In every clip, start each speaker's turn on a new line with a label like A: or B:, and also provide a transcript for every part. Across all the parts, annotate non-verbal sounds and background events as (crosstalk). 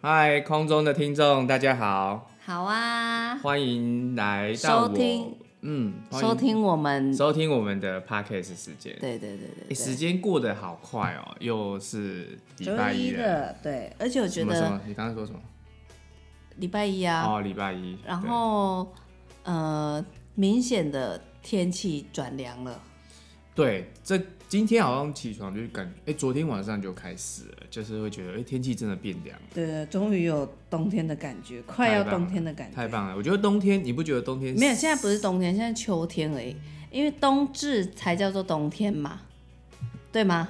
A: 嗨，空中的听众，大家好，
B: 好啊，
A: 欢迎来到我
B: 收听，
A: 嗯，欢迎
B: 收听我们，
A: 收听我们的 podcast 时间。
B: 对对对对
A: 诶时
B: 对，
A: 间过得好快哦，又是礼
B: 周
A: 拜
B: 一
A: 了。
B: 了，对，而且我觉
A: 什么什
B: 得
A: 么？你刚刚说什么？
B: 礼拜一啊，
A: 哦，礼拜一。
B: 然后呃，明显的天气转凉了，
A: 对对这今天好像起床就感觉，哎、昨天晚上就开始了，就是会觉得，哎、天气真的变凉了，
B: 对，终于有冬天的感觉，快要冬天的感觉，
A: 太棒了。我觉得冬天，你不觉得冬天
B: 没有，现在不是冬天，现在秋天而已，因为冬至才叫做冬天嘛，对吗？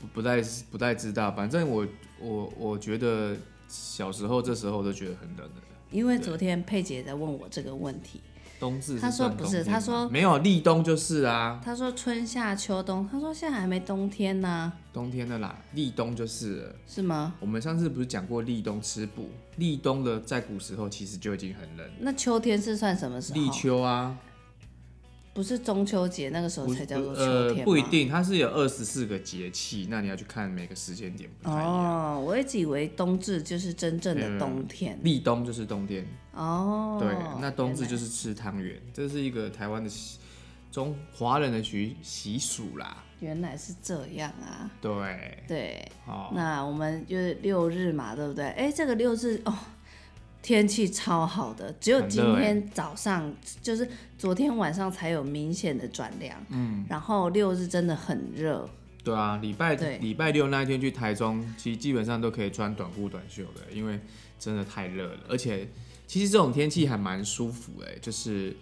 A: 不不太不太知道，反正我我我觉得小时候这时候都觉得很冷的。
B: 因为昨天佩姐在问我这个问题，
A: 冬至
B: 他说
A: 算
B: 不是
A: 冬天吗
B: 他说
A: 没有立冬就是啊，
B: 她说春夏秋冬，她说现在还没冬天呢、
A: 冬天的啦，立冬就是了
B: 是吗？
A: 我们上次不是讲过立冬吃补？立冬的在古时候其实就已经很冷，
B: 那秋天是算什么时候？
A: 立秋啊，
B: 不是中秋节那个时候哦才叫做秋
A: 呃
B: 天吗
A: 不一。定，它是有二十四个节气，那你要去看每个时间点不太一样。
B: 哦，我一直以为冬至就是真正的冬天。
A: 立冬就是冬天，
B: 哦，
A: 对，那冬至
B: 原来
A: 就是吃汤圆，这是一个台湾的习中华人的习习俗啦。
B: 原来是这样啊。
A: 对，
B: 对，
A: 哦，
B: 那我们就是六日嘛，对不对？哎，这个六日哦，天气超好的，只有
A: 很热
B: 今天早上，就是昨天晚上才有明显的转凉。嗯，然后六日真的很热，
A: 对啊，礼拜
B: 对
A: 礼拜六那一天去台中，其实基本上都可以穿短裤短袖的，因为真的太热了，而且其实这种天气还蛮舒服的，就是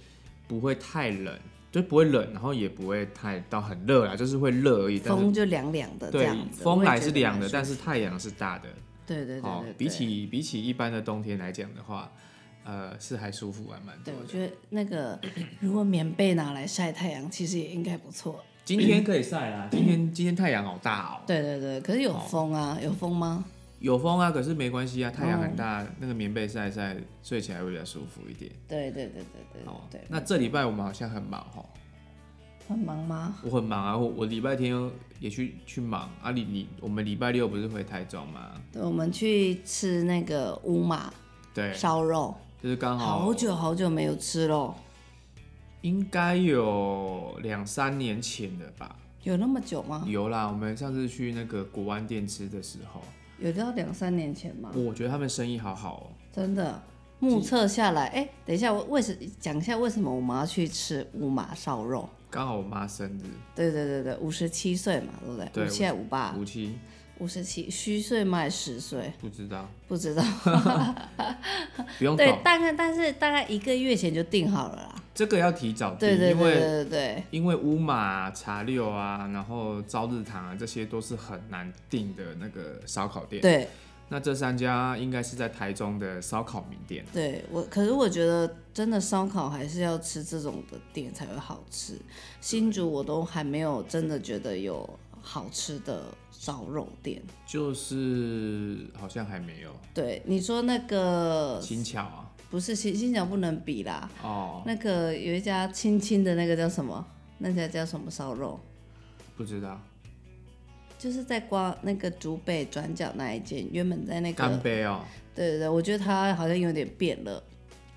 A: 不会太冷，就不会冷，然后也不会太到很热啦，就是会热而已，但是
B: 风就凉凉的这
A: 对
B: 样子。
A: 风来是凉
B: 我
A: 的，
B: 也觉得
A: 但
B: 蛮舒服
A: 是太阳是大的，
B: 对对对对
A: 哦
B: 对，
A: 比起比起一般的冬天来讲的话，呃，是还舒服还蛮多
B: 对，我
A: 的。
B: 觉得那个如果棉被拿来晒太阳，其实也应该不错。
A: 今天可以晒啦，今天今天太阳好大哦、
B: 对对对，可是有风
A: 哦
B: 啊，有风吗？
A: 有风啊，可是没关系啊，太阳很
B: 哦
A: 大，那个棉被晒一晒，睡起来会比较舒服一点。
B: 对对对对
A: 哦，
B: 对对，
A: 那这礼拜我们好像很忙哈，
B: 很忙吗？
A: 我很忙啊，我我礼拜天也去去忙啊，你你我们礼拜六不是回台中吗？
B: 对，我们去吃那个乌马
A: 对，哦
B: 烧肉，
A: 就是刚
B: 好
A: 好
B: 久好久没有吃喽，
A: 应该有两三年前了吧，
B: 有那么久吗？
A: 有啦，我们上次去那个国安店吃的时候，
B: 有到两三年前吗？
A: 我觉得他们生意好好哦、
B: 真的。目测下来，哎、等一下，我为什讲一下为什么我们要去吃乌马烧肉？
A: 刚好我妈生日，
B: 对对对对，五十七岁嘛，对不
A: 对
B: 对？五七还五八，
A: 五七
B: 五十七虚岁嘛，还是实岁
A: 不知道，
B: 不知道。
A: 不用
B: 对
A: 搞，，
B: 大概但是大概一个月前就定好了啦。
A: 这个要提早订，
B: 对对
A: 因
B: 对
A: 为
B: 对对对，
A: 因为乌马、茶六啊，然后朝日堂啊，这些都是很难订的那个烧烤店。
B: 对
A: 那这三家应该是在台中的烧烤名店。
B: 对我可是我觉得真的烧烤还是要吃这种的店才会好吃。新竹我都还没有真的觉得有好吃的烧肉店。
A: 就是好像还没有
B: 对，你说那个
A: 新巧啊，
B: 不是新新角不能比啦，
A: 哦，
B: 那个有一家青青的那个叫什么？那家叫什么烧肉？
A: 不知道
B: 就是在光那个竹北转角那一间，原本在那个
A: 干杯哦，
B: 对对对，我觉得它好像有点变了。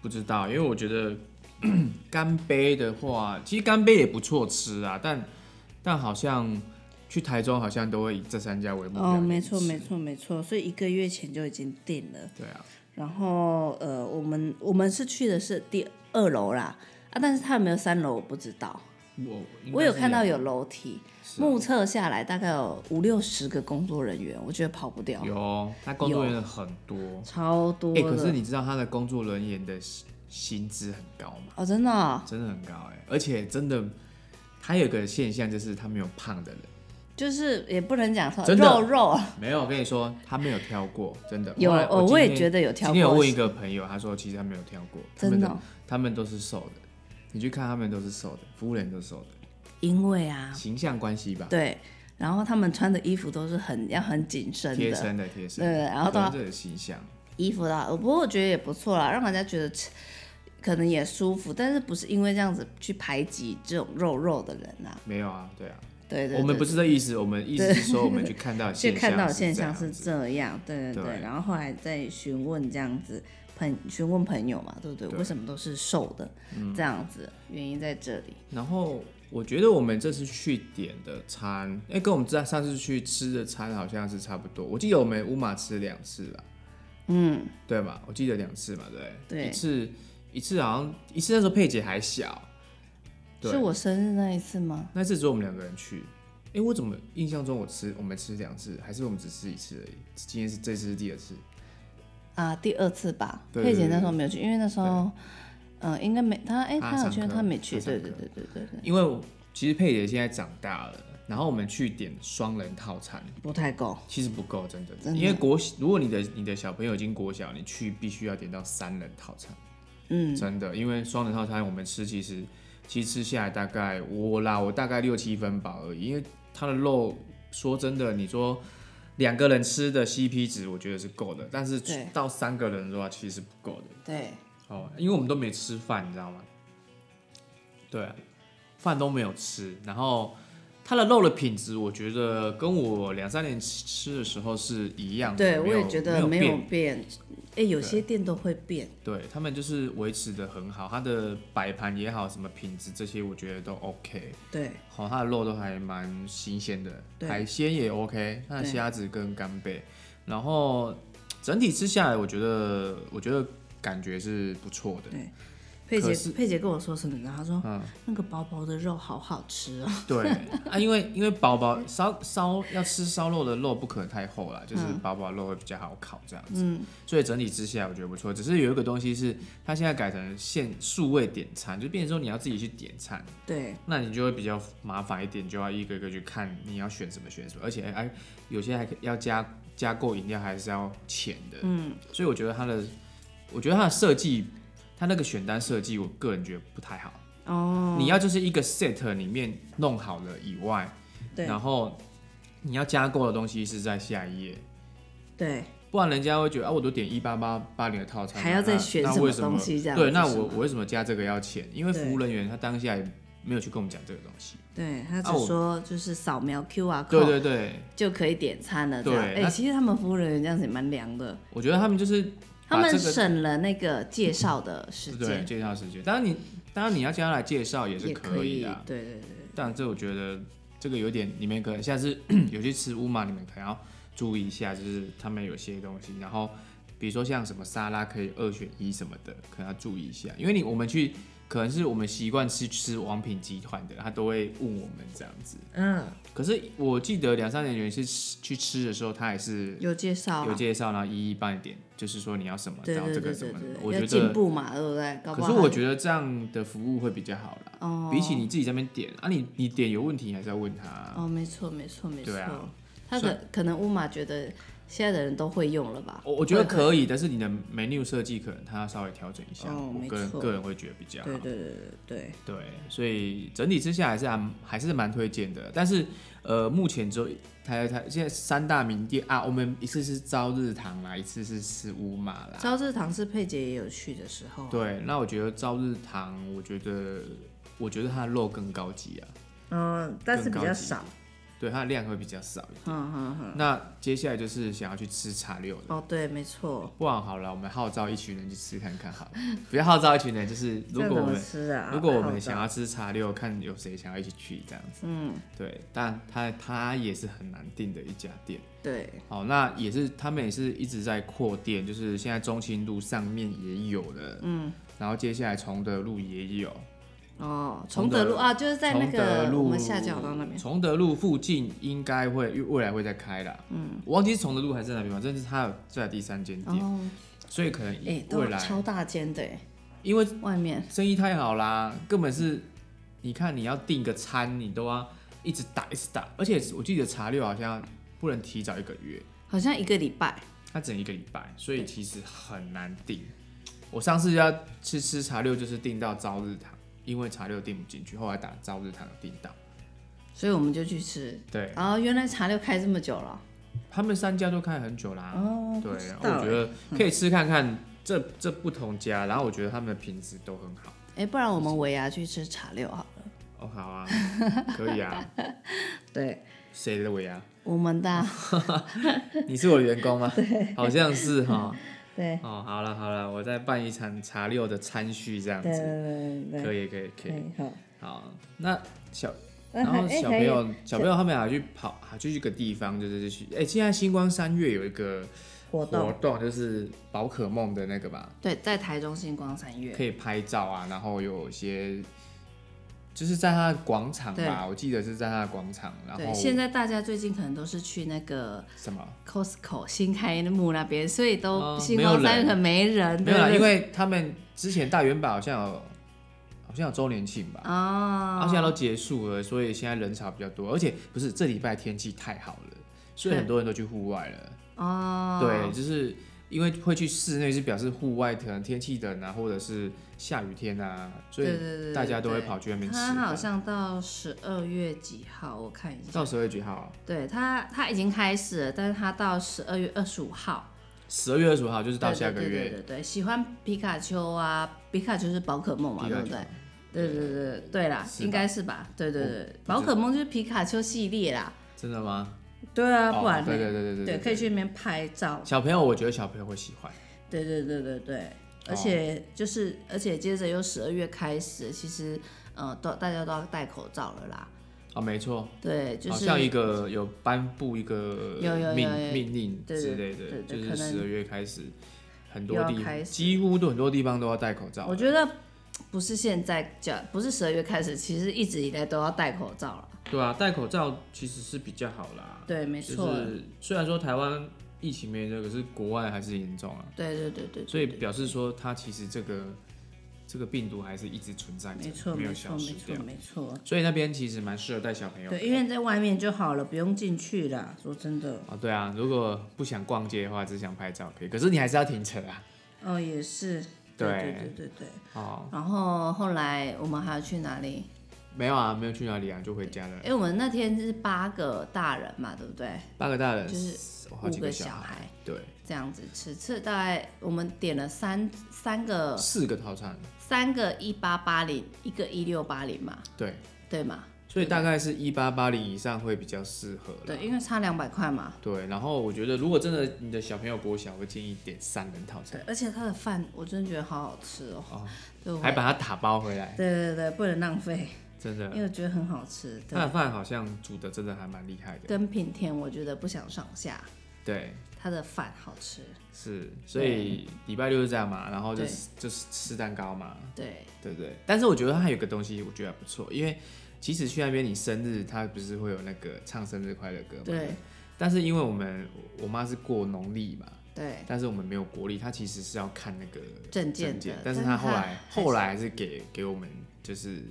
A: 不知道，因为我觉得 (clears throat) 干杯的话，其实干杯也不错吃啊，但但好像去台中好像都会以这三家为目标。
B: 哦，没错没。错没错，所以一个月前就已经定了。
A: 对啊，
B: 然后呃，我们我们是去的是第二楼啦，啊，但是它有没有三楼我不知道，
A: 我应该
B: 我有
A: 是
B: 看到有楼梯，
A: 是啊
B: 目测下来大概有五六十个工作人员，我觉得跑不掉，
A: 有，他工作人员很多。
B: 超多
A: 哎、
B: 的。
A: 可是你知道他的工作人员的薪薪资很高吗？
B: 哦，真的哦、
A: 真的很高哎、而且真的，他有个现象就是他没有胖的人，
B: 就是也不能讲说
A: 真的
B: 肉啊肉，
A: 没有。我跟你说，他没有挑过，真的。
B: 有
A: 后来
B: 哦
A: 我
B: 我也
A: 今天
B: 觉得有挑
A: 今天有
B: 过
A: 问一个朋友，他说其实他没有挑过，他们
B: 真的哦
A: 的他们都是瘦的。你去看他们都是瘦的，服务人都是瘦的，
B: 因为啊，
A: 形象关系吧，
B: 对，然后他们穿的衣服都是很要很紧身
A: 贴
B: 的，
A: 身的贴身
B: 对
A: 的，
B: 然后都要
A: 这个形象。
B: 衣服啦，呃不过我觉得也不错啦，让人家觉得吃可能也舒服，但是不是因为这样子去排挤这种肉肉的人啊？
A: 没有啊，对啊，
B: 对对
A: 我们
B: 对
A: 不是这意思，我们意思是说我们去看到的
B: 去
A: 现
B: 看到
A: 象
B: 的现象
A: 是
B: 是
A: 这样子
B: 这样，对
A: 对
B: 对对。然后后来再询问这样子朋询问朋友嘛，对不对？
A: 对嗯
B: 为什么都是瘦的、这样子？原因在这里。
A: 然后我觉得我们这次去点的餐，哎、跟我们上上次去吃的餐好像是差不多。我记得我们乌马吃两次吧，嗯，对吧？我记得两次嘛，对，
B: 对
A: 一次一次好像一次那时候佩姐还小，对
B: 是我生日那一次吗？
A: 那次只有我们两个人去。哎、我怎么印象中我吃我们吃两次，还是我们只吃一次而已？今天是这次是第二次，
B: 啊，第二次吧。
A: 对
B: 佩
A: 对
B: 姐
A: 对
B: 那时候没有去，因为那时候，呃，应该没她，哎、
A: 她
B: 她有
A: 上
B: 去，
A: 课
B: 她没去。
A: 她上
B: 对
A: 课
B: 对对对对对，
A: 因为我其实佩姐现在长大了，然后我们去点双人套餐，
B: 不太够。
A: 其实不够，真的，
B: 真的
A: 因为国如果你的你的小朋友已经国小，你去必须要点到三人套餐，
B: 嗯，
A: 真的，因为双人套餐我们吃其实其实吃下来大概我啦，我大概六七分饱而已，因为它的肉说真的，你说两个人吃的 CP 值我觉得是够的，但是
B: 对
A: 到三个人的话其实不够的
B: 对，
A: 哦，因为我们都没吃饭，你知道吗？对啊、饭都没有吃，然后。它的肉的品质，我觉得跟我两三年吃的时候是一样的。
B: 对我
A: 没有
B: 也觉得
A: 没
B: 没有
A: 变。
B: 变。哎、有些店都会变。
A: 对他们就是维持的很好，它的摆盘也好，什么品质这些，我觉得都 OK。
B: 对
A: 好，它的肉都还蛮新鲜的，
B: 对
A: 海鲜也 OK，它的
B: 对
A: 虾子跟干贝，然后整体吃下来，我觉得我觉得感觉是不错的。
B: 对，佩
A: 可
B: 姐
A: 是
B: 佩姐跟我说什么？你知道，她说、
A: 嗯
B: 那个薄薄的肉好好吃哦。
A: 对 (laughs) 啊，因为因为薄薄烧烧要吃烧肉的肉不可能太厚啦，就是薄薄的肉会比较好烤这样子。所以整体吃起来我觉得不错。只是有一个东西是它现在改成现数位点餐，就变成说你要自己去点餐， (laughs)
B: 对
A: 那你就会比较麻烦一点，就要一个一个去看你要选什么选什么，而且哎、有些还可以要加加购饮料还是要钱的。嗯，所以我觉得它的，我觉得它的设计，它那个选单设计，我个人觉得不太好。
B: 哦，
A: 你要就是一个 set 里面弄好了以外，
B: 对
A: 然后你要加购的东西是在下一页，
B: 对
A: 不然人家会觉得啊，我都点一八八八零的套餐，
B: 还要再
A: 那
B: 选
A: 那
B: 什么
A: 为什么
B: 东西这样
A: 对，
B: 子
A: 那
B: 是
A: 我
B: 吗
A: 我为什么加这个要钱？因为
B: 对
A: 服务人员他当下也没有去跟我们讲这个东西。
B: 对，她
A: 啊我
B: 只说就是扫描 QR code，
A: 对对对，
B: 就可以点餐了。这
A: 对
B: 样，哎、
A: 那
B: 其实他们服务人员这样子也蛮凉的，
A: 我觉得他们就是
B: 他
A: 把
B: 们
A: 这个
B: 省了那个介绍的时
A: 对
B: 间，
A: 介绍时间，当然你当然你要叫他来介绍也是
B: 也
A: 可
B: 以
A: 以的啊。
B: 对对对，
A: 但这我觉得这个有点，你们可能下次 (clears throat) 有去吃乌马，你们可能要注意一下，就是他们有些东西，然后比如说像什么沙拉可以二选一什么的，可能要注意一下，因为你我们去可能是我们习惯吃吃王品集团的，他都会问我们这样子。
B: 嗯，
A: 可是我记得两三年前去吃去吃的时候，他也是
B: 有介绍、啊，
A: 有介绍，然后一一帮你点，就是说你要什么，
B: 对
A: 然后
B: 对
A: 这
B: 对
A: 个什
B: 对
A: 么的
B: 对，
A: 我
B: 对，要
A: 觉
B: 进
A: 得。
B: 步嘛，对不对？搞不
A: 可
B: 好
A: 是我
B: 得，
A: 觉得这样的服务会比较好啦，
B: 哦
A: 比起你自己在那边点啊，你你点有问题你还是要问他啊、
B: 哦，没错没错没错
A: 对啊，
B: 他
A: 所以
B: 可可能乌马觉得现在的人都会用了吧？
A: 我我觉得
B: 会
A: 可以，但是你的 menu 设计可能它要稍微调整一下，
B: 哦
A: 我
B: 没
A: 个人
B: 错
A: 个人会觉得比较好。
B: 对对对对对，
A: 啊对所以整体之下还是还还是蛮推荐的。但是呃，目前只有台台现在三大名店啊，我们一次是朝日堂啦，一次是吃乌马啦。
B: 招志堂是佩姐也有去的时候啊，
A: 啊对，那我觉得朝日堂，我觉得我觉得它的肉更高级啊，
B: 嗯，但是比
A: 更
B: 较
A: 高级
B: 少，
A: 对，它的量会比较少一点。
B: 嗯嗯嗯，
A: 那接下来就是想要去吃茶六了。
B: 哦对，没错，
A: 不然好了，我们号召一群人去吃看看
B: (laughs)
A: 好了，不要号召一群人，就是如
B: 这
A: 果
B: 怎
A: 我
B: 么
A: 们
B: 吃啊？
A: 如果我
B: 好
A: 们
B: 的
A: 想要吃茶六，看有谁想要一起去这样子。嗯，对，但它它也是很难订的一家店。
B: 对
A: 好，那也是他们也是一直在扩店，就是现在中清路上面也有了，嗯，然后接下来崇德路也有，
B: 哦，
A: 崇
B: 崇德
A: 德
B: 路啊，就是在那
A: 崇德
B: 个
A: 路
B: 我们下角道那边。
A: 崇德路附近应该会未来会再开啦。嗯，我忘记是崇德路还是哪边，反正是它有在第三间店，
B: 哦，
A: 所以可能
B: 哎、
A: 未
B: 都
A: 来
B: 超大间的哎，
A: 因为
B: 外面
A: 生意太好啦，根本是，你看你要订个餐，你都要一直打一直打，而且我记得茶六好像不能提早一个月，
B: 好像一个礼拜，
A: 它整一个礼拜，所以其实很难订。我上次要去吃茶六，就是订到朝日堂，因为茶六订不进去，后来打朝日堂有订到。
B: 所以我们就去吃。
A: 对，
B: 然后原来茶六开这么久了，他
A: 他们三家都开很久啦，
B: 哦
A: 对
B: 不知，道嗯
A: 我觉得可以吃看看这这不同家，然后我觉得他们的品质都很好。
B: 哎、不然我们尾牙去吃茶六好了。
A: 哦，好啊，可以啊，
B: 对，
A: 谁的尾牙？
B: 我们的啊、
A: 你是我员工吗？好像是哈。
B: (laughs) 对
A: 哦，好了好了，我再办一场茶六的餐叙这样
B: (laughs) 对对
A: 子，
B: 对对
A: 可
B: 对
A: 以可以可以。
B: 对，好。
A: 好，那小
B: 那
A: 然后
B: 还哎
A: 小
B: 还
A: 朋
B: 有
A: 友小朋友他们还去跑，还去一个地方，就是去哎，现在星光三月有一个活
B: 活动，
A: 动，就是宝可梦的那个吧，
B: 对，在台中星光三月
A: 可，以拍照啊，然后有一些。就是在他的广场吧，
B: 对
A: 我记得是在他的广场，然
B: 对，
A: 后
B: 现在大家最近可能都是去那个
A: 什么
B: Costco 新开幕那边，所以
A: 哦
B: 都星
A: 没有
B: 光三月
A: 人
B: 可没人，
A: (laughs) 没有啦，
B: 对
A: 因
B: 不对
A: 为他们之前大圆板好像有好像有周年庆吧，
B: 哦，
A: 啊，现在都结束了，所以现在人潮比较多，而且不是这礼拜天气太好了，所以
B: 对
A: 很多人都去户外了。
B: 哦，
A: 对，就是因为会去室内，是表示户外可能天气冷啊，或者是下雨天啊，所
B: 对
A: 以
B: 对对，
A: 大家都会
B: 对
A: 跑去那边吃
B: 他
A: 饭。
B: 好像到十二月几号，我看一下。
A: 到十二月几号啊？
B: 对他，他已经开始了，但是他到十二月二十五号，
A: 十二月二十五号，就是到
B: 对
A: 下个
B: 对对对
A: 月。
B: 对对，喜欢皮卡丘啊，皮卡丘是宝可梦嘛，
A: 皮
B: 对
A: 卡
B: 不
A: 丘
B: 对？对对对对对啦，
A: 是吧
B: 应该是吧？对对
A: 我
B: 对，宝可梦就是皮卡丘系列啦。
A: 真的吗？
B: 对啊，
A: 哦
B: 不然呢
A: 对对对对
B: 对，可以去那边拍照。
A: 小朋友，我觉得小朋友会喜欢。
B: 对对对对对，
A: 哦
B: 而且就是，而且接着又十二月开始，其实呃，都大家都要戴口罩了啦。
A: 哦，没错，
B: 对，就
A: 好
B: 是
A: 像一个有颁布一个
B: 有有有
A: 命
B: 有
A: 命令
B: 对对
A: 之类的
B: 对，
A: 就
B: 对
A: 是
B: 可能
A: 十二月开始，很多
B: 又要
A: 地
B: 开始
A: 几乎都很多地方都要戴口罩
B: 我。觉得不是现在讲，不是十二月开始，其实一直以来都要戴口罩了。
A: 对啊，戴口罩其实是比较好啦。
B: 对，没
A: 就
B: 错。
A: 是虽然说台湾疫情没这个，可是国外还是严重啊，
B: 对对对对对，
A: 所以
B: 对
A: 表示说它其实这个这个病毒还是一直存在
B: 没
A: 着，
B: 错
A: 没
B: 没
A: 有
B: 错
A: 消
B: 没
A: 失
B: 错
A: 掉。
B: 没错。
A: 所以那边其实蛮适合带小朋友的。
B: 对，因为在外面就好了，不用进去啦。说真的，
A: 啊，对啊，如果不想逛街的话，只想拍照可以，可是你还是要停车啊。
B: 哦，也是。对
A: 对
B: 对对对对。
A: 哦，
B: 然后后来我们还要去哪里？
A: 没有啊，没有去哪里啊，就回家了
B: 哎、。我们那天是八个大人嘛，对不对？
A: 八个大人，
B: 就是
A: 哇好几
B: 五个
A: 小
B: 小孩，
A: 对，
B: 这样子吃，吃大概我们点了三三个，
A: 四个套餐，
B: 三个一八八零，一个一六八零嘛，
A: 对，
B: 对嘛？
A: 所以大概是一八八零以上会比较适合啦。
B: 对，因为差两百块嘛。
A: 对，然后我觉得如果真的你的小朋友国小，我建议点三人套
B: 对
A: 餐，，
B: 而且它的饭我真的觉得好好吃哦、
A: 哦
B: 对我
A: 还把它打包回来，
B: 对对对，不能浪费，
A: 真的
B: 因，为我觉得很好吃。
A: 他的
B: 对，
A: 饭好像煮的真的还蛮厉害的。
B: 跟品田我觉得不相上下，
A: 对，
B: 它的饭好吃。
A: 是，所以礼拜六是这样嘛，然后就
B: 对
A: 是就是吃蛋糕嘛，
B: 对，
A: 对不对？但是我觉得它有个东西，我觉得还不错，因为其实去那边你生日，它不是会有那个唱生日快乐歌嘛？
B: 对。
A: 但是因为我们我我妈是过农历嘛，
B: 对，
A: 但是我们没有国历，她其实是要看那个
B: 证件的
A: 但是她
B: 但是
A: 后
B: 她
A: 来
B: 还是
A: 后来还是给给我们就是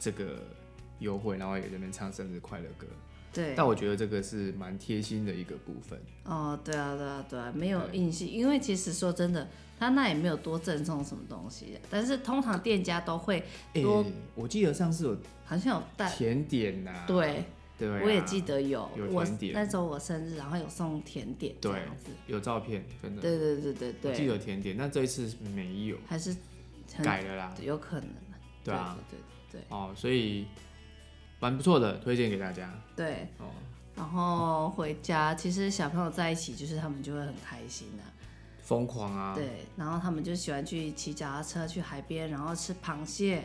A: 这个优惠，然后也在那边唱生日快乐歌。
B: 对。
A: 但我觉得这个是蛮贴心的一个部分。
B: 哦，对啊，对啊，对啊，没有
A: 对
B: 印象，因为其实说真的，他那也没有多赠送什么东西的，但是通常店家都会，
A: 诶、
B: 多
A: 我记得上次有
B: 好像有带，
A: 甜点呐、
B: 对，
A: 对、啊，
B: 我也记。得有，
A: 有
B: 我
A: 甜点
B: 那时候我生日，然后有送甜点这
A: 对
B: 样子，，
A: 有照片，真的。
B: 对对对对
A: 嗯我记得
B: 对，
A: 有甜点，但这一次没有，
B: 还是很
A: 改了啦。
B: 有可能，
A: 对啊，
B: 对对
A: 哦，所以蛮不错的，推荐给大家。
B: 对对，
A: 哦，
B: 然后回家，其实小朋友在一起，就是他们就会很开心啊，
A: 疯狂啊！
B: 对，然后他们就喜欢去骑脚踏车去海边，然后吃螃蟹。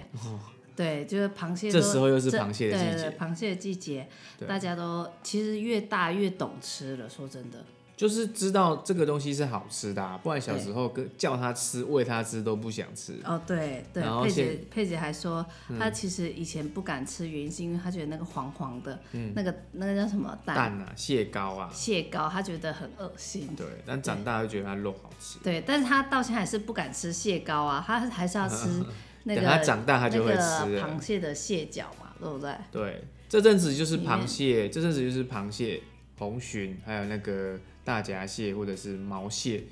B: 对，就是螃蟹都。
A: 哦这时候又是
B: 这
A: 螃蟹的季
B: 对
A: 节
B: 对，螃蟹的季节，
A: 对
B: 大家都其实越大越懂吃了。说真的，
A: 就是知道这个东西是好吃的、啊，不然小时候跟叫他吃、喂他吃都不想吃。
B: 哦，对对
A: 然，后
B: 佩
A: 现嗯
B: 姐佩姐还说，她其实以前不敢吃，原因是因为她觉得那个黄黄的，那个那个叫什么蛋
A: 嗯蛋啊，蟹膏啊，
B: 蟹膏，她觉得很恶心。
A: 对，但长大就觉得它肉好吃。
B: 对，但是她到现在还是不敢吃蟹膏啊，她还是
A: (laughs)
B: 要吃那个
A: 等他长大，他就会
B: 那
A: 吃
B: 个
A: 了。
B: 螃蟹的蟹脚嘛，对不对？
A: 对，这阵子就是
B: 里
A: 螃
B: 面
A: 蟹，这阵子就是螃蟹、红鲟，还有那个大闸蟹或者是毛蟹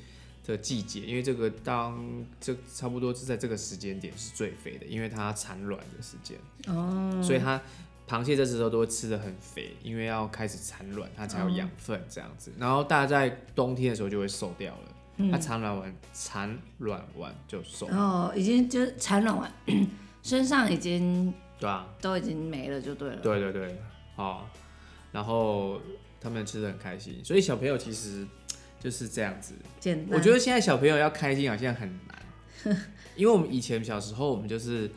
A: 的季节，因为这个当这差不多是在这个时间点是最肥的，因为它产卵的时间，
B: 哦，
A: 所以它螃蟹这时候都会吃的很肥，因为要开始产卵，它才有养分这样子。然后大家在冬天的时候就会瘦掉了，它产卵完产卵完就瘦。
B: 哦然后已经就是产卵完，身上已经
A: 对啊，
B: 都已经没了就对了。
A: 对对对，好，然后他们吃的很开心，所以小朋友其实就是这样子。
B: 简单。
A: 我觉得现在小朋友要开心好像很难，因为我们以前小时候我们就是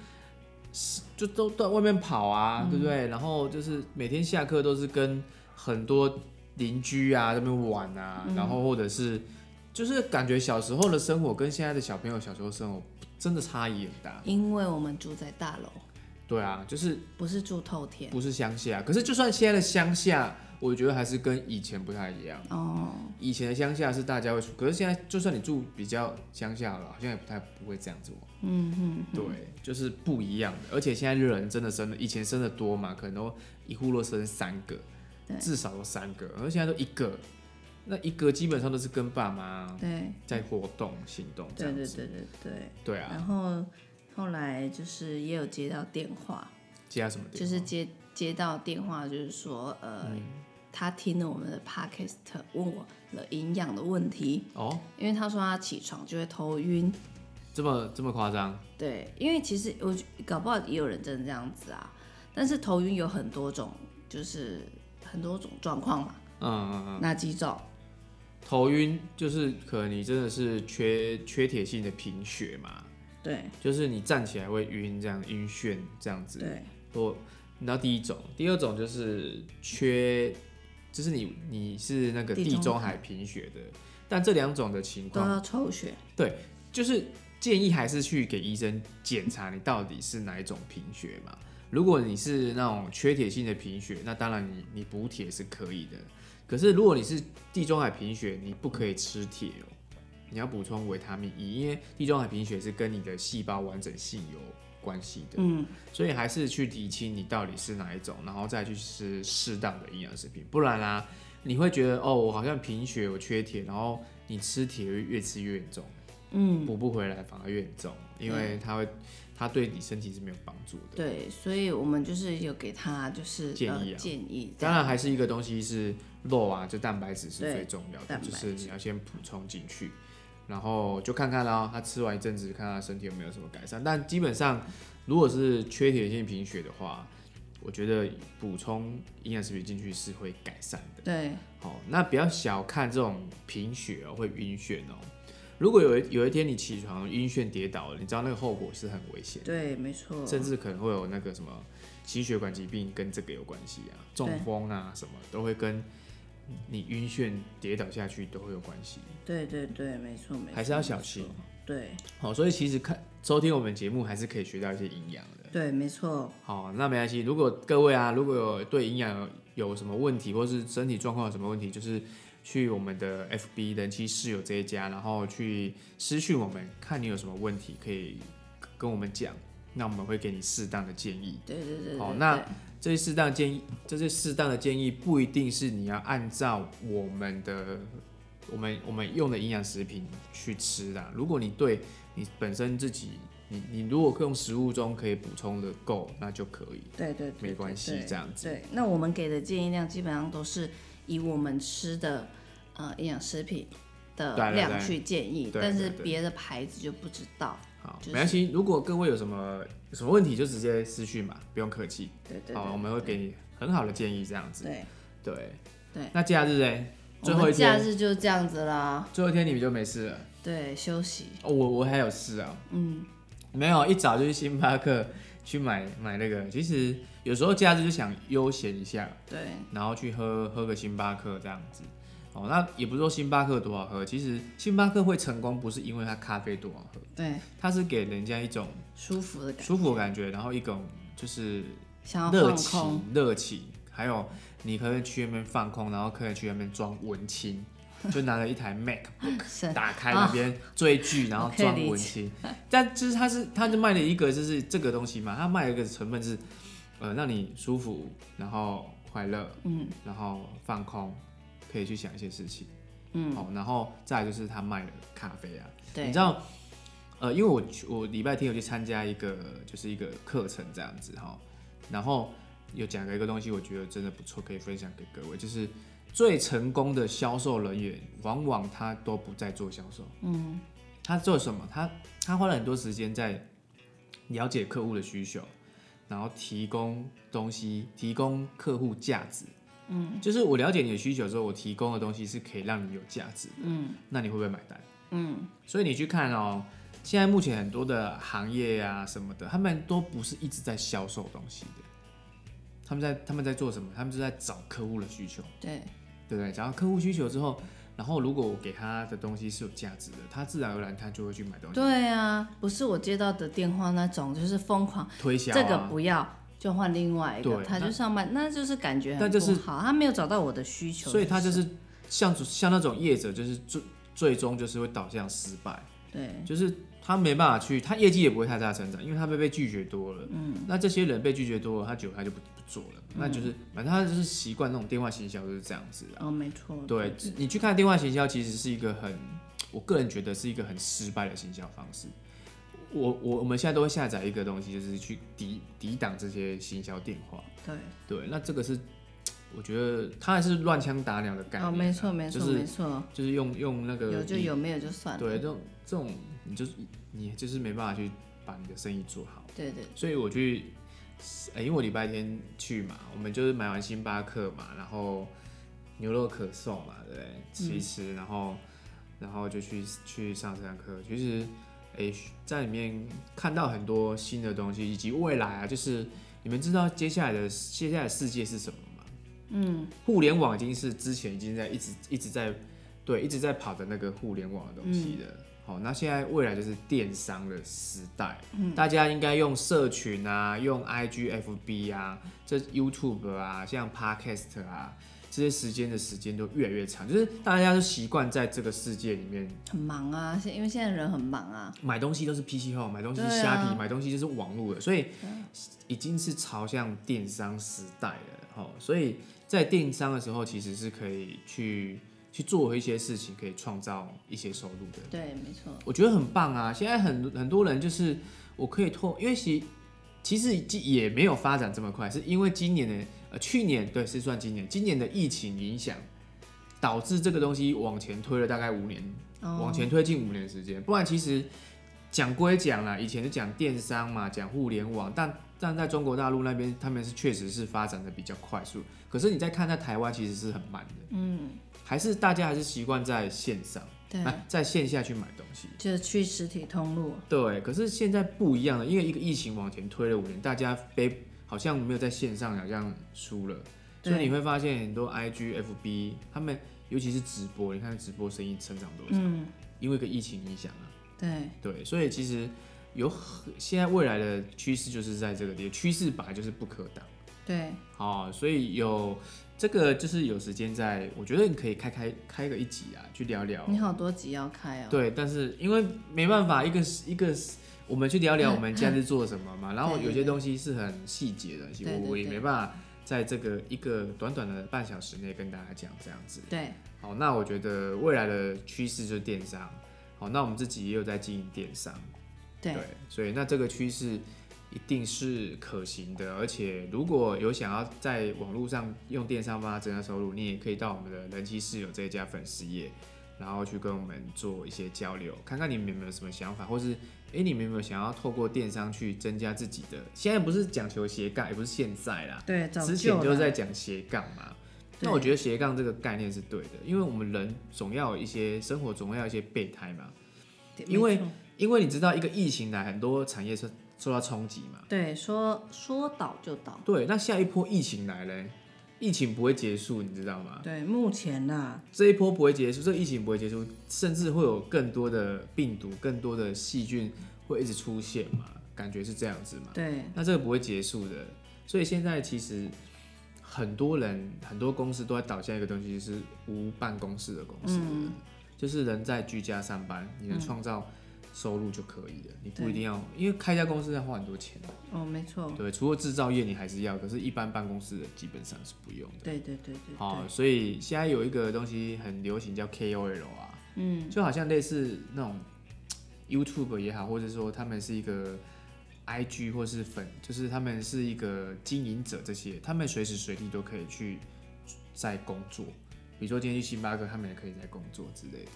A: 就都都在外面跑啊，对不对？然后就是每天下课都是跟很多邻居啊在那边玩啊，然后或者是就是感觉小时候的生活跟现在的小朋友小时候生活真的差异很大。
B: 因为我们住在大楼，
A: 对啊，就是
B: 不是住透天
A: 不是乡下，可是就算现在的乡下，我觉得还是跟以前不太一样。
B: 哦。
A: 以前的乡下是大家会出，可是现在就算你住比较乡下了，好像也不太不会这样做。嗯嗯，对，就是不一样的。而且现在人真的生的，以前生的多嘛，可能都一户都生三个
B: 对，
A: 至少都三个，而现在都一个，那一个基本上都是跟爸妈
B: 对
A: 在活动、行动这
B: 对
A: 样
B: 对
A: 子。
B: 对对对。
A: 对啊，
B: 然后后来就是也有接到电话，
A: 接下什么地
B: 就
A: 方？
B: 是接接到电话，就是说呃，
A: 嗯
B: 他听了我们的 podcast，问我了营养的问题，
A: 哦，
B: 因为他说他起床就会头晕。
A: 这么这么夸张？
B: 对，因为其实我觉搞不好也有人真的这样子啊，但是头晕有很多种，就是很多种状况嘛。
A: 嗯嗯嗯，
B: 那几种？
A: 头晕就是可能你真的是缺缺铁性的贫血嘛，
B: 对
A: 就是你站起来会晕，这样晕眩这样子。
B: 对
A: 我，你知道第一种，第二种就是缺，就是你你是那个
B: 地中
A: 地中
B: 海
A: 海贫血的，但这两种的情
B: 都
A: 况，
B: 要抽血。
A: 就是建议还是去给医生检查你到底是哪一种贫血嘛。如果你是那种缺铁性的贫血，那当然你你补铁是可以的。可是如果你是地中海贫血，你不可以吃铁哦，你要补充维他命 E，因为地中海贫血是跟你的细胞完整性有关系的。
B: 嗯，
A: 所以还是去理清你到底是哪一种，然后再去吃适当的营养食品，不然啊，你会觉得哦，我好像贫血，我缺铁，然后你吃铁会越吃越严重，
B: 嗯，
A: 补不回来反而越严重，因为它会，它对你身体是没有帮助的。
B: 对，所以我们就是有给他就是
A: 建
B: 呃
A: 议啊
B: 建议这
A: 当
B: 样。
A: 然还是一个东西是肉啊，就蛋白质是
B: 对
A: 最重要的，
B: 蛋白
A: 就
B: 质
A: 是你要先补充进去，然后就看看啦，他吃完一阵子，看他身体有没有什么改善。但基本上，如果是缺铁性贫血的话，我觉得补充营养食品进去是会改善的。
B: 对，
A: 好，那不要小看这种贫血哦，会晕眩哦。如果有一有一天你起床晕眩跌倒了，你知道那个后果是很危险的。
B: 对，没错。
A: 甚至可能会有那个什么心血管疾病跟这个有关系啊，中风啊什么都会跟你晕眩跌倒下去都会有关系，
B: 对对对，没错没错。
A: 还是要小
B: 没错
A: 心。
B: 对
A: 好，所以其实看收听我们节目还是可以学到一些营养的。
B: 对，没错。
A: 好，那没关系。如果各位啊，如果有对营养有有什么问题，或是身体状况有什么问题，就是去我们的 FB 人妻室友这一家，然后去私讯我们，看你有什么问题可以跟我们讲，那我们会给你适当的建议。
B: 对对对对。
A: 好
B: 对
A: 那这些适当建议，这些适当的建议不一定是你要按照我们的我们我们用的营养食品去吃啦。如果你对你本身自己，你你如果用食物中可以补充的够，那就可以，
B: 对对对，
A: 没关系
B: 对
A: 这样子
B: 对，那我们给的建议量基本上都是以我们吃的呃营养食品
A: 对
B: 的
A: 对
B: 量
A: 对
B: 去建议，
A: 对啊
B: 但
A: 对
B: 是
A: 对
B: 别的牌子就不知道。
A: 好，
B: 就是
A: 没关系。如果各位有什么有什么问题，就直接私讯吧，不用客气。
B: 对对对，
A: 好，我们会给你很好的建议，这样子。
B: 对，
A: 对
B: 对
A: 那假日呢？
B: 我
A: 最后一
B: 们假
A: 天，
B: 日就这样子啦。
A: 最后一天你们就没事了。
B: 对，休息。
A: 哦，我我还有事啊。嗯，没有，一早就去星巴克去买买那个。其实有时候假日就想悠闲一下，
B: 对，
A: 然后去喝喝个星巴克这样子。哦，那也不是说星巴克多好喝，其实星巴克会成功不是因为它咖啡多好喝，
B: 对，
A: 它是给人家一种
B: 舒服的感觉，
A: 舒服的感觉，然后一种就是
B: 想要
A: 热
B: 放空。
A: (laughs) 情热情，还有你可以去那边放空，然后可以去那边装文青，就拿着一台 Mac
B: 是哦
A: 打开那边追剧，然后装文青。但就是它是它就卖了一个就是这个东西嘛，它卖了一个成分是，呃，让你舒服，然后快乐，
B: 嗯，
A: 然后放空，可以去想一些事情，
B: 嗯
A: 好、然后再来就是它卖了咖啡啊，
B: 对
A: 你知道，呃，因为我去我礼拜天有去参加一个就是一个课程这样子哈，然后有讲了一个东西，我觉得真的不错，可以分享给各位，就是最成功的销售人员，往往他都不在做销售，
B: 嗯，
A: 他做什么？他他花了很多时间在了解客户的需求，然后提供东西，提供客户价值。嗯，就是我了解你的需求之后，我提供的东西是可以让你有价值的。嗯，那你会不会买单？嗯，所以你去看哦、现在目前很多的行业啊什么的，他们都不是一直在销售东西的，他们在他们在做什么？他们是在找客户的需求。
B: 对，
A: 对不对？找到客户需求之后，然后如果我给他的东西是有价值的，他自然而然他就会去买东西。
B: 对啊，不是我接到的电话那种，就是疯狂，
A: 推销、啊、
B: 这个不要就换另外一个，
A: 对
B: 他就
A: 那
B: 上班，那就是感觉很
A: 但
B: 不
A: 就是
B: 好，他没有找到我的需求，
A: 所以他就是像像那种业者，就是最最终就是会导向失败，
B: 对
A: 就是他没办法去，他业绩也不会太大成长，因为他被被拒绝多了。嗯，那这些人被拒绝多了，他久了他就不不做了，
B: 嗯
A: 那就是、反正他就是习惯那种电话行销就是这样子啊。
B: 哦，没错，
A: 对，你去看电话行销，其实是一个很，我个人觉得是一个很失败的行销方式。我我我们现在都会下载一个东西，就是去抵抵挡这些行销电话。
B: 对，
A: 对，那这个是我觉得它还是乱枪打鸟的概念啊、
B: 哦，没错没错、
A: 就是
B: 没错，
A: 就是用用那个
B: 有就
A: 你
B: 有，没有就算了，
A: 对，这种这种你就是你就是没办法去把你的生意做好。
B: 对对
A: 所以我去，呃因为我礼拜天去嘛，我们就是买完星巴克嘛，然后牛肉可颂嘛，对不对？吃一吃，然后然后就去去上这堂课。其实，诶，在里面看到很多新的东西，以及未来啊，就是你们知道接下来的接下来的世界是什么吗？嗯，互联网已经是之前已经在一直一直在对一直在跑的那个互联网的东西了。好，那现在未来就是电商的时代，大家应该用社群啊，用 IG、FB 啊，这 YouTube 啊，像 Podcast 啊，这些时间的时间都越来越长，就是大家都习惯在这个世界里面
B: 很忙啊，现因为现在人很忙啊，
A: 买东西都是 PC 后，买东西是
B: 对
A: 虾
B: 啊
A: 皮，买东西就是网络的，所以已经是朝向电商时代了。哦，所以在电商的时候，其实是可以去去做一些事情，可以创造一些收入的。
B: 对，没错，
A: 我觉得很棒啊！现在很很多人就是我可以透，因为其其实也没有发展这么快，是因为今年的呃去年对是算今年，今年的疫情影响，导致这个东西往前推了大概五年，
B: 哦
A: 往前推进五年时间。不然其实讲归讲啦，以前就讲电商嘛，讲互联网，但但在中国大陆那边他们是确实是发展的比较快速，可是你再看在台湾其实是很慢的，嗯，还是大家还是习惯在线上。
B: 对，
A: 啊在线下去买东西。
B: 就去实体通路，
A: 对，可是现在不一样了，因为一个疫情往前推了五年，大家被好像没有在线上，好像输了，所
B: 对
A: 以你会发现很多 IG、FB 他们，尤其是直播，你看直播生意成长多少，
B: 嗯，
A: 因为一个疫情影响啊。
B: 对
A: 对，所以其实有很现在未来的趋势就是在这个点，趋势本来就是不可挡。
B: 对，
A: 哦，所以有这个就是有时间在，我觉得你可以开开开个一集啊，去聊聊
B: 你好多集要开哦，
A: 对，但是因为没办法，一个一个，我们去聊聊我们假日做什么嘛。然后有些东西是很细节的，
B: 对对
A: 我我也
B: 对
A: 没办法在这个一个短短的半小时内跟大家讲这样子。
B: 对
A: 好，那我觉得未来的趋势就是电商。好，那我们自己也有在经营电商，
B: 对
A: 所以那这个趋势一定是可行的。而且如果有想要在网络上用电商帮他增加收入，你也可以到我们的人妻室友这一家粉丝页，然后去跟我们做一些交流，看看你们有没有什么想法，或是诶，你们有没有想要透过电商去增加自己的？现在不是讲求斜杠，也不是现在啦，
B: 对，早
A: 之前
B: 就
A: 就是
B: 了
A: 在讲斜杠嘛。那我
B: 对
A: 觉得斜杠这个概念是对的，因为我们人总要有一些生活，总要有一些备胎嘛。
B: 对
A: 因为
B: 没错
A: 因为你知道，一个疫情来，很多产业受受到冲击嘛。
B: 对说说倒就倒，
A: 对，那下一波疫情来嘞，疫情不会结束，你知道吗？
B: 对，目前啦，
A: 这一波不会结束，这个疫情不会结束，甚至会有更多的病毒、更多的细菌会一直出现嘛？感觉是这样子嘛？
B: 对
A: 那这个不会结束的，所以现在其实很多人、很多公司都在导向一个东西，就是无办公室的公司，就是人在居家上班，你能创造收入就可以了，你不一定要，因为开一家公司要花很多钱，
B: 哦，没错，
A: 对，除了制造业你还是要，可是一般办公室的基本上是不用的。
B: 对对对对
A: 好，
B: 对，
A: 哦所以现在有一个东西很流行叫 KOL 啊，
B: 嗯，
A: 就好像类似那种 YouTube 也好，或者说他们是一个 IG 或是粉，就是他们是一个经营者这些，他们随时随地都可以去在工作。比如说今天去星巴克，他们也可以在工作之类的。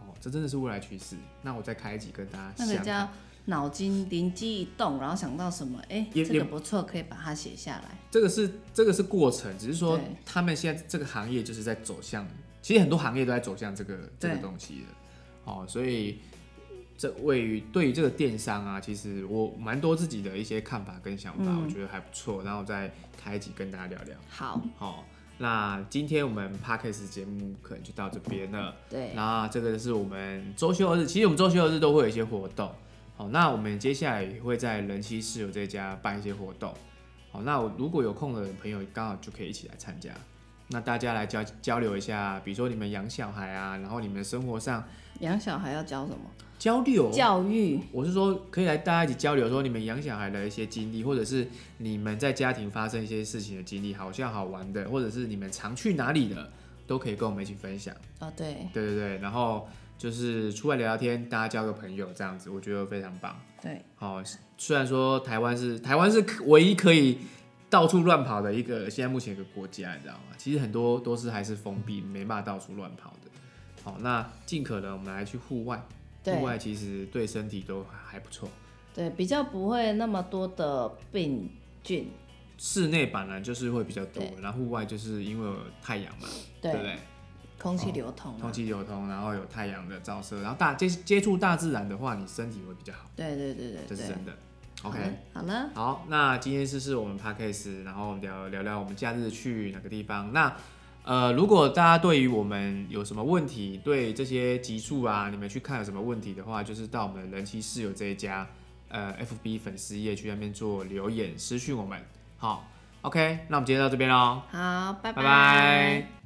A: 哦，这真的是未来趋势。那我再开一集跟大家
B: 那
A: 详
B: 个
A: 谈
B: 叫脑筋灵机一动，然后想到什么，哎、
A: 也
B: 这
A: 也
B: 个不错，可以把它写下来。
A: 这个是这个是过程，只是说
B: 对
A: 他们现在这个行业就是在走向，其实很多行业都在走向这个这
B: 对
A: 个东西的，哦，所以这位于对于这个电商啊，其实我蛮多自己的一些看法跟想法，
B: 嗯
A: 我觉得还不错，然后再开一集跟大家聊聊。
B: 好，
A: 好、那今天我们 podcast 节目可能就到这边了。
B: 对，
A: 那这个是我们周休二日，其实我们周休二日都会有一些活动。好，那我们接下来也会在人妻室友这家办一些活动。好，那我如果有空的朋友，刚好就可以一起来参加。那大家来交交流一下，比如说你们养小孩啊，然后你们生活上
B: 养小孩要教什么？
A: 交流，
B: 教育。
A: 我是说可以来大家一起交流，说你们养小孩的一些经历，或者是你们在家庭发生一些事情的经历，好笑好玩的，或者是你们常去哪里的，都可以跟我们一起分享。
B: 哦，对
A: 对对对，然后就是出来聊聊天，大家交个朋友这样子，我觉得非常棒。
B: 对，
A: 好、虽然说台湾是台湾是可唯一可以到处乱跑的一个现在目前一个国家，你知道吗？其实很多都是还是封闭，没办法到处乱跑的。好、那尽可能我们来去户外，户
B: 对，
A: 外其实对身体都还不错。
B: 对，比较不会那么多的病菌。
A: 室内本来就是会比较多
B: 对，
A: 然后户外就是因为有太阳嘛，对不
B: 对，
A: 对？
B: 空气
A: 哦
B: 流通啊嘛。
A: 空气流通，然后有太阳的照射，然后大接接触大自然的话，你身体会比较好。
B: 对对对对
A: 这
B: 对。
A: 是真的。
B: 好
A: OK，
B: 了好了，
A: 好，那今天就是我们 podcast，然后我们聊聊聊我们假日去哪个地方。那呃，如果大家对于我们有什么问题，对这些集数啊，你们去看有什么问题的话，就是到我们人妻室友这一家呃 FB 粉丝页去那边做留言私讯我们。好，OK，那我们今天到这边喽，
B: 好，拜
A: 拜拜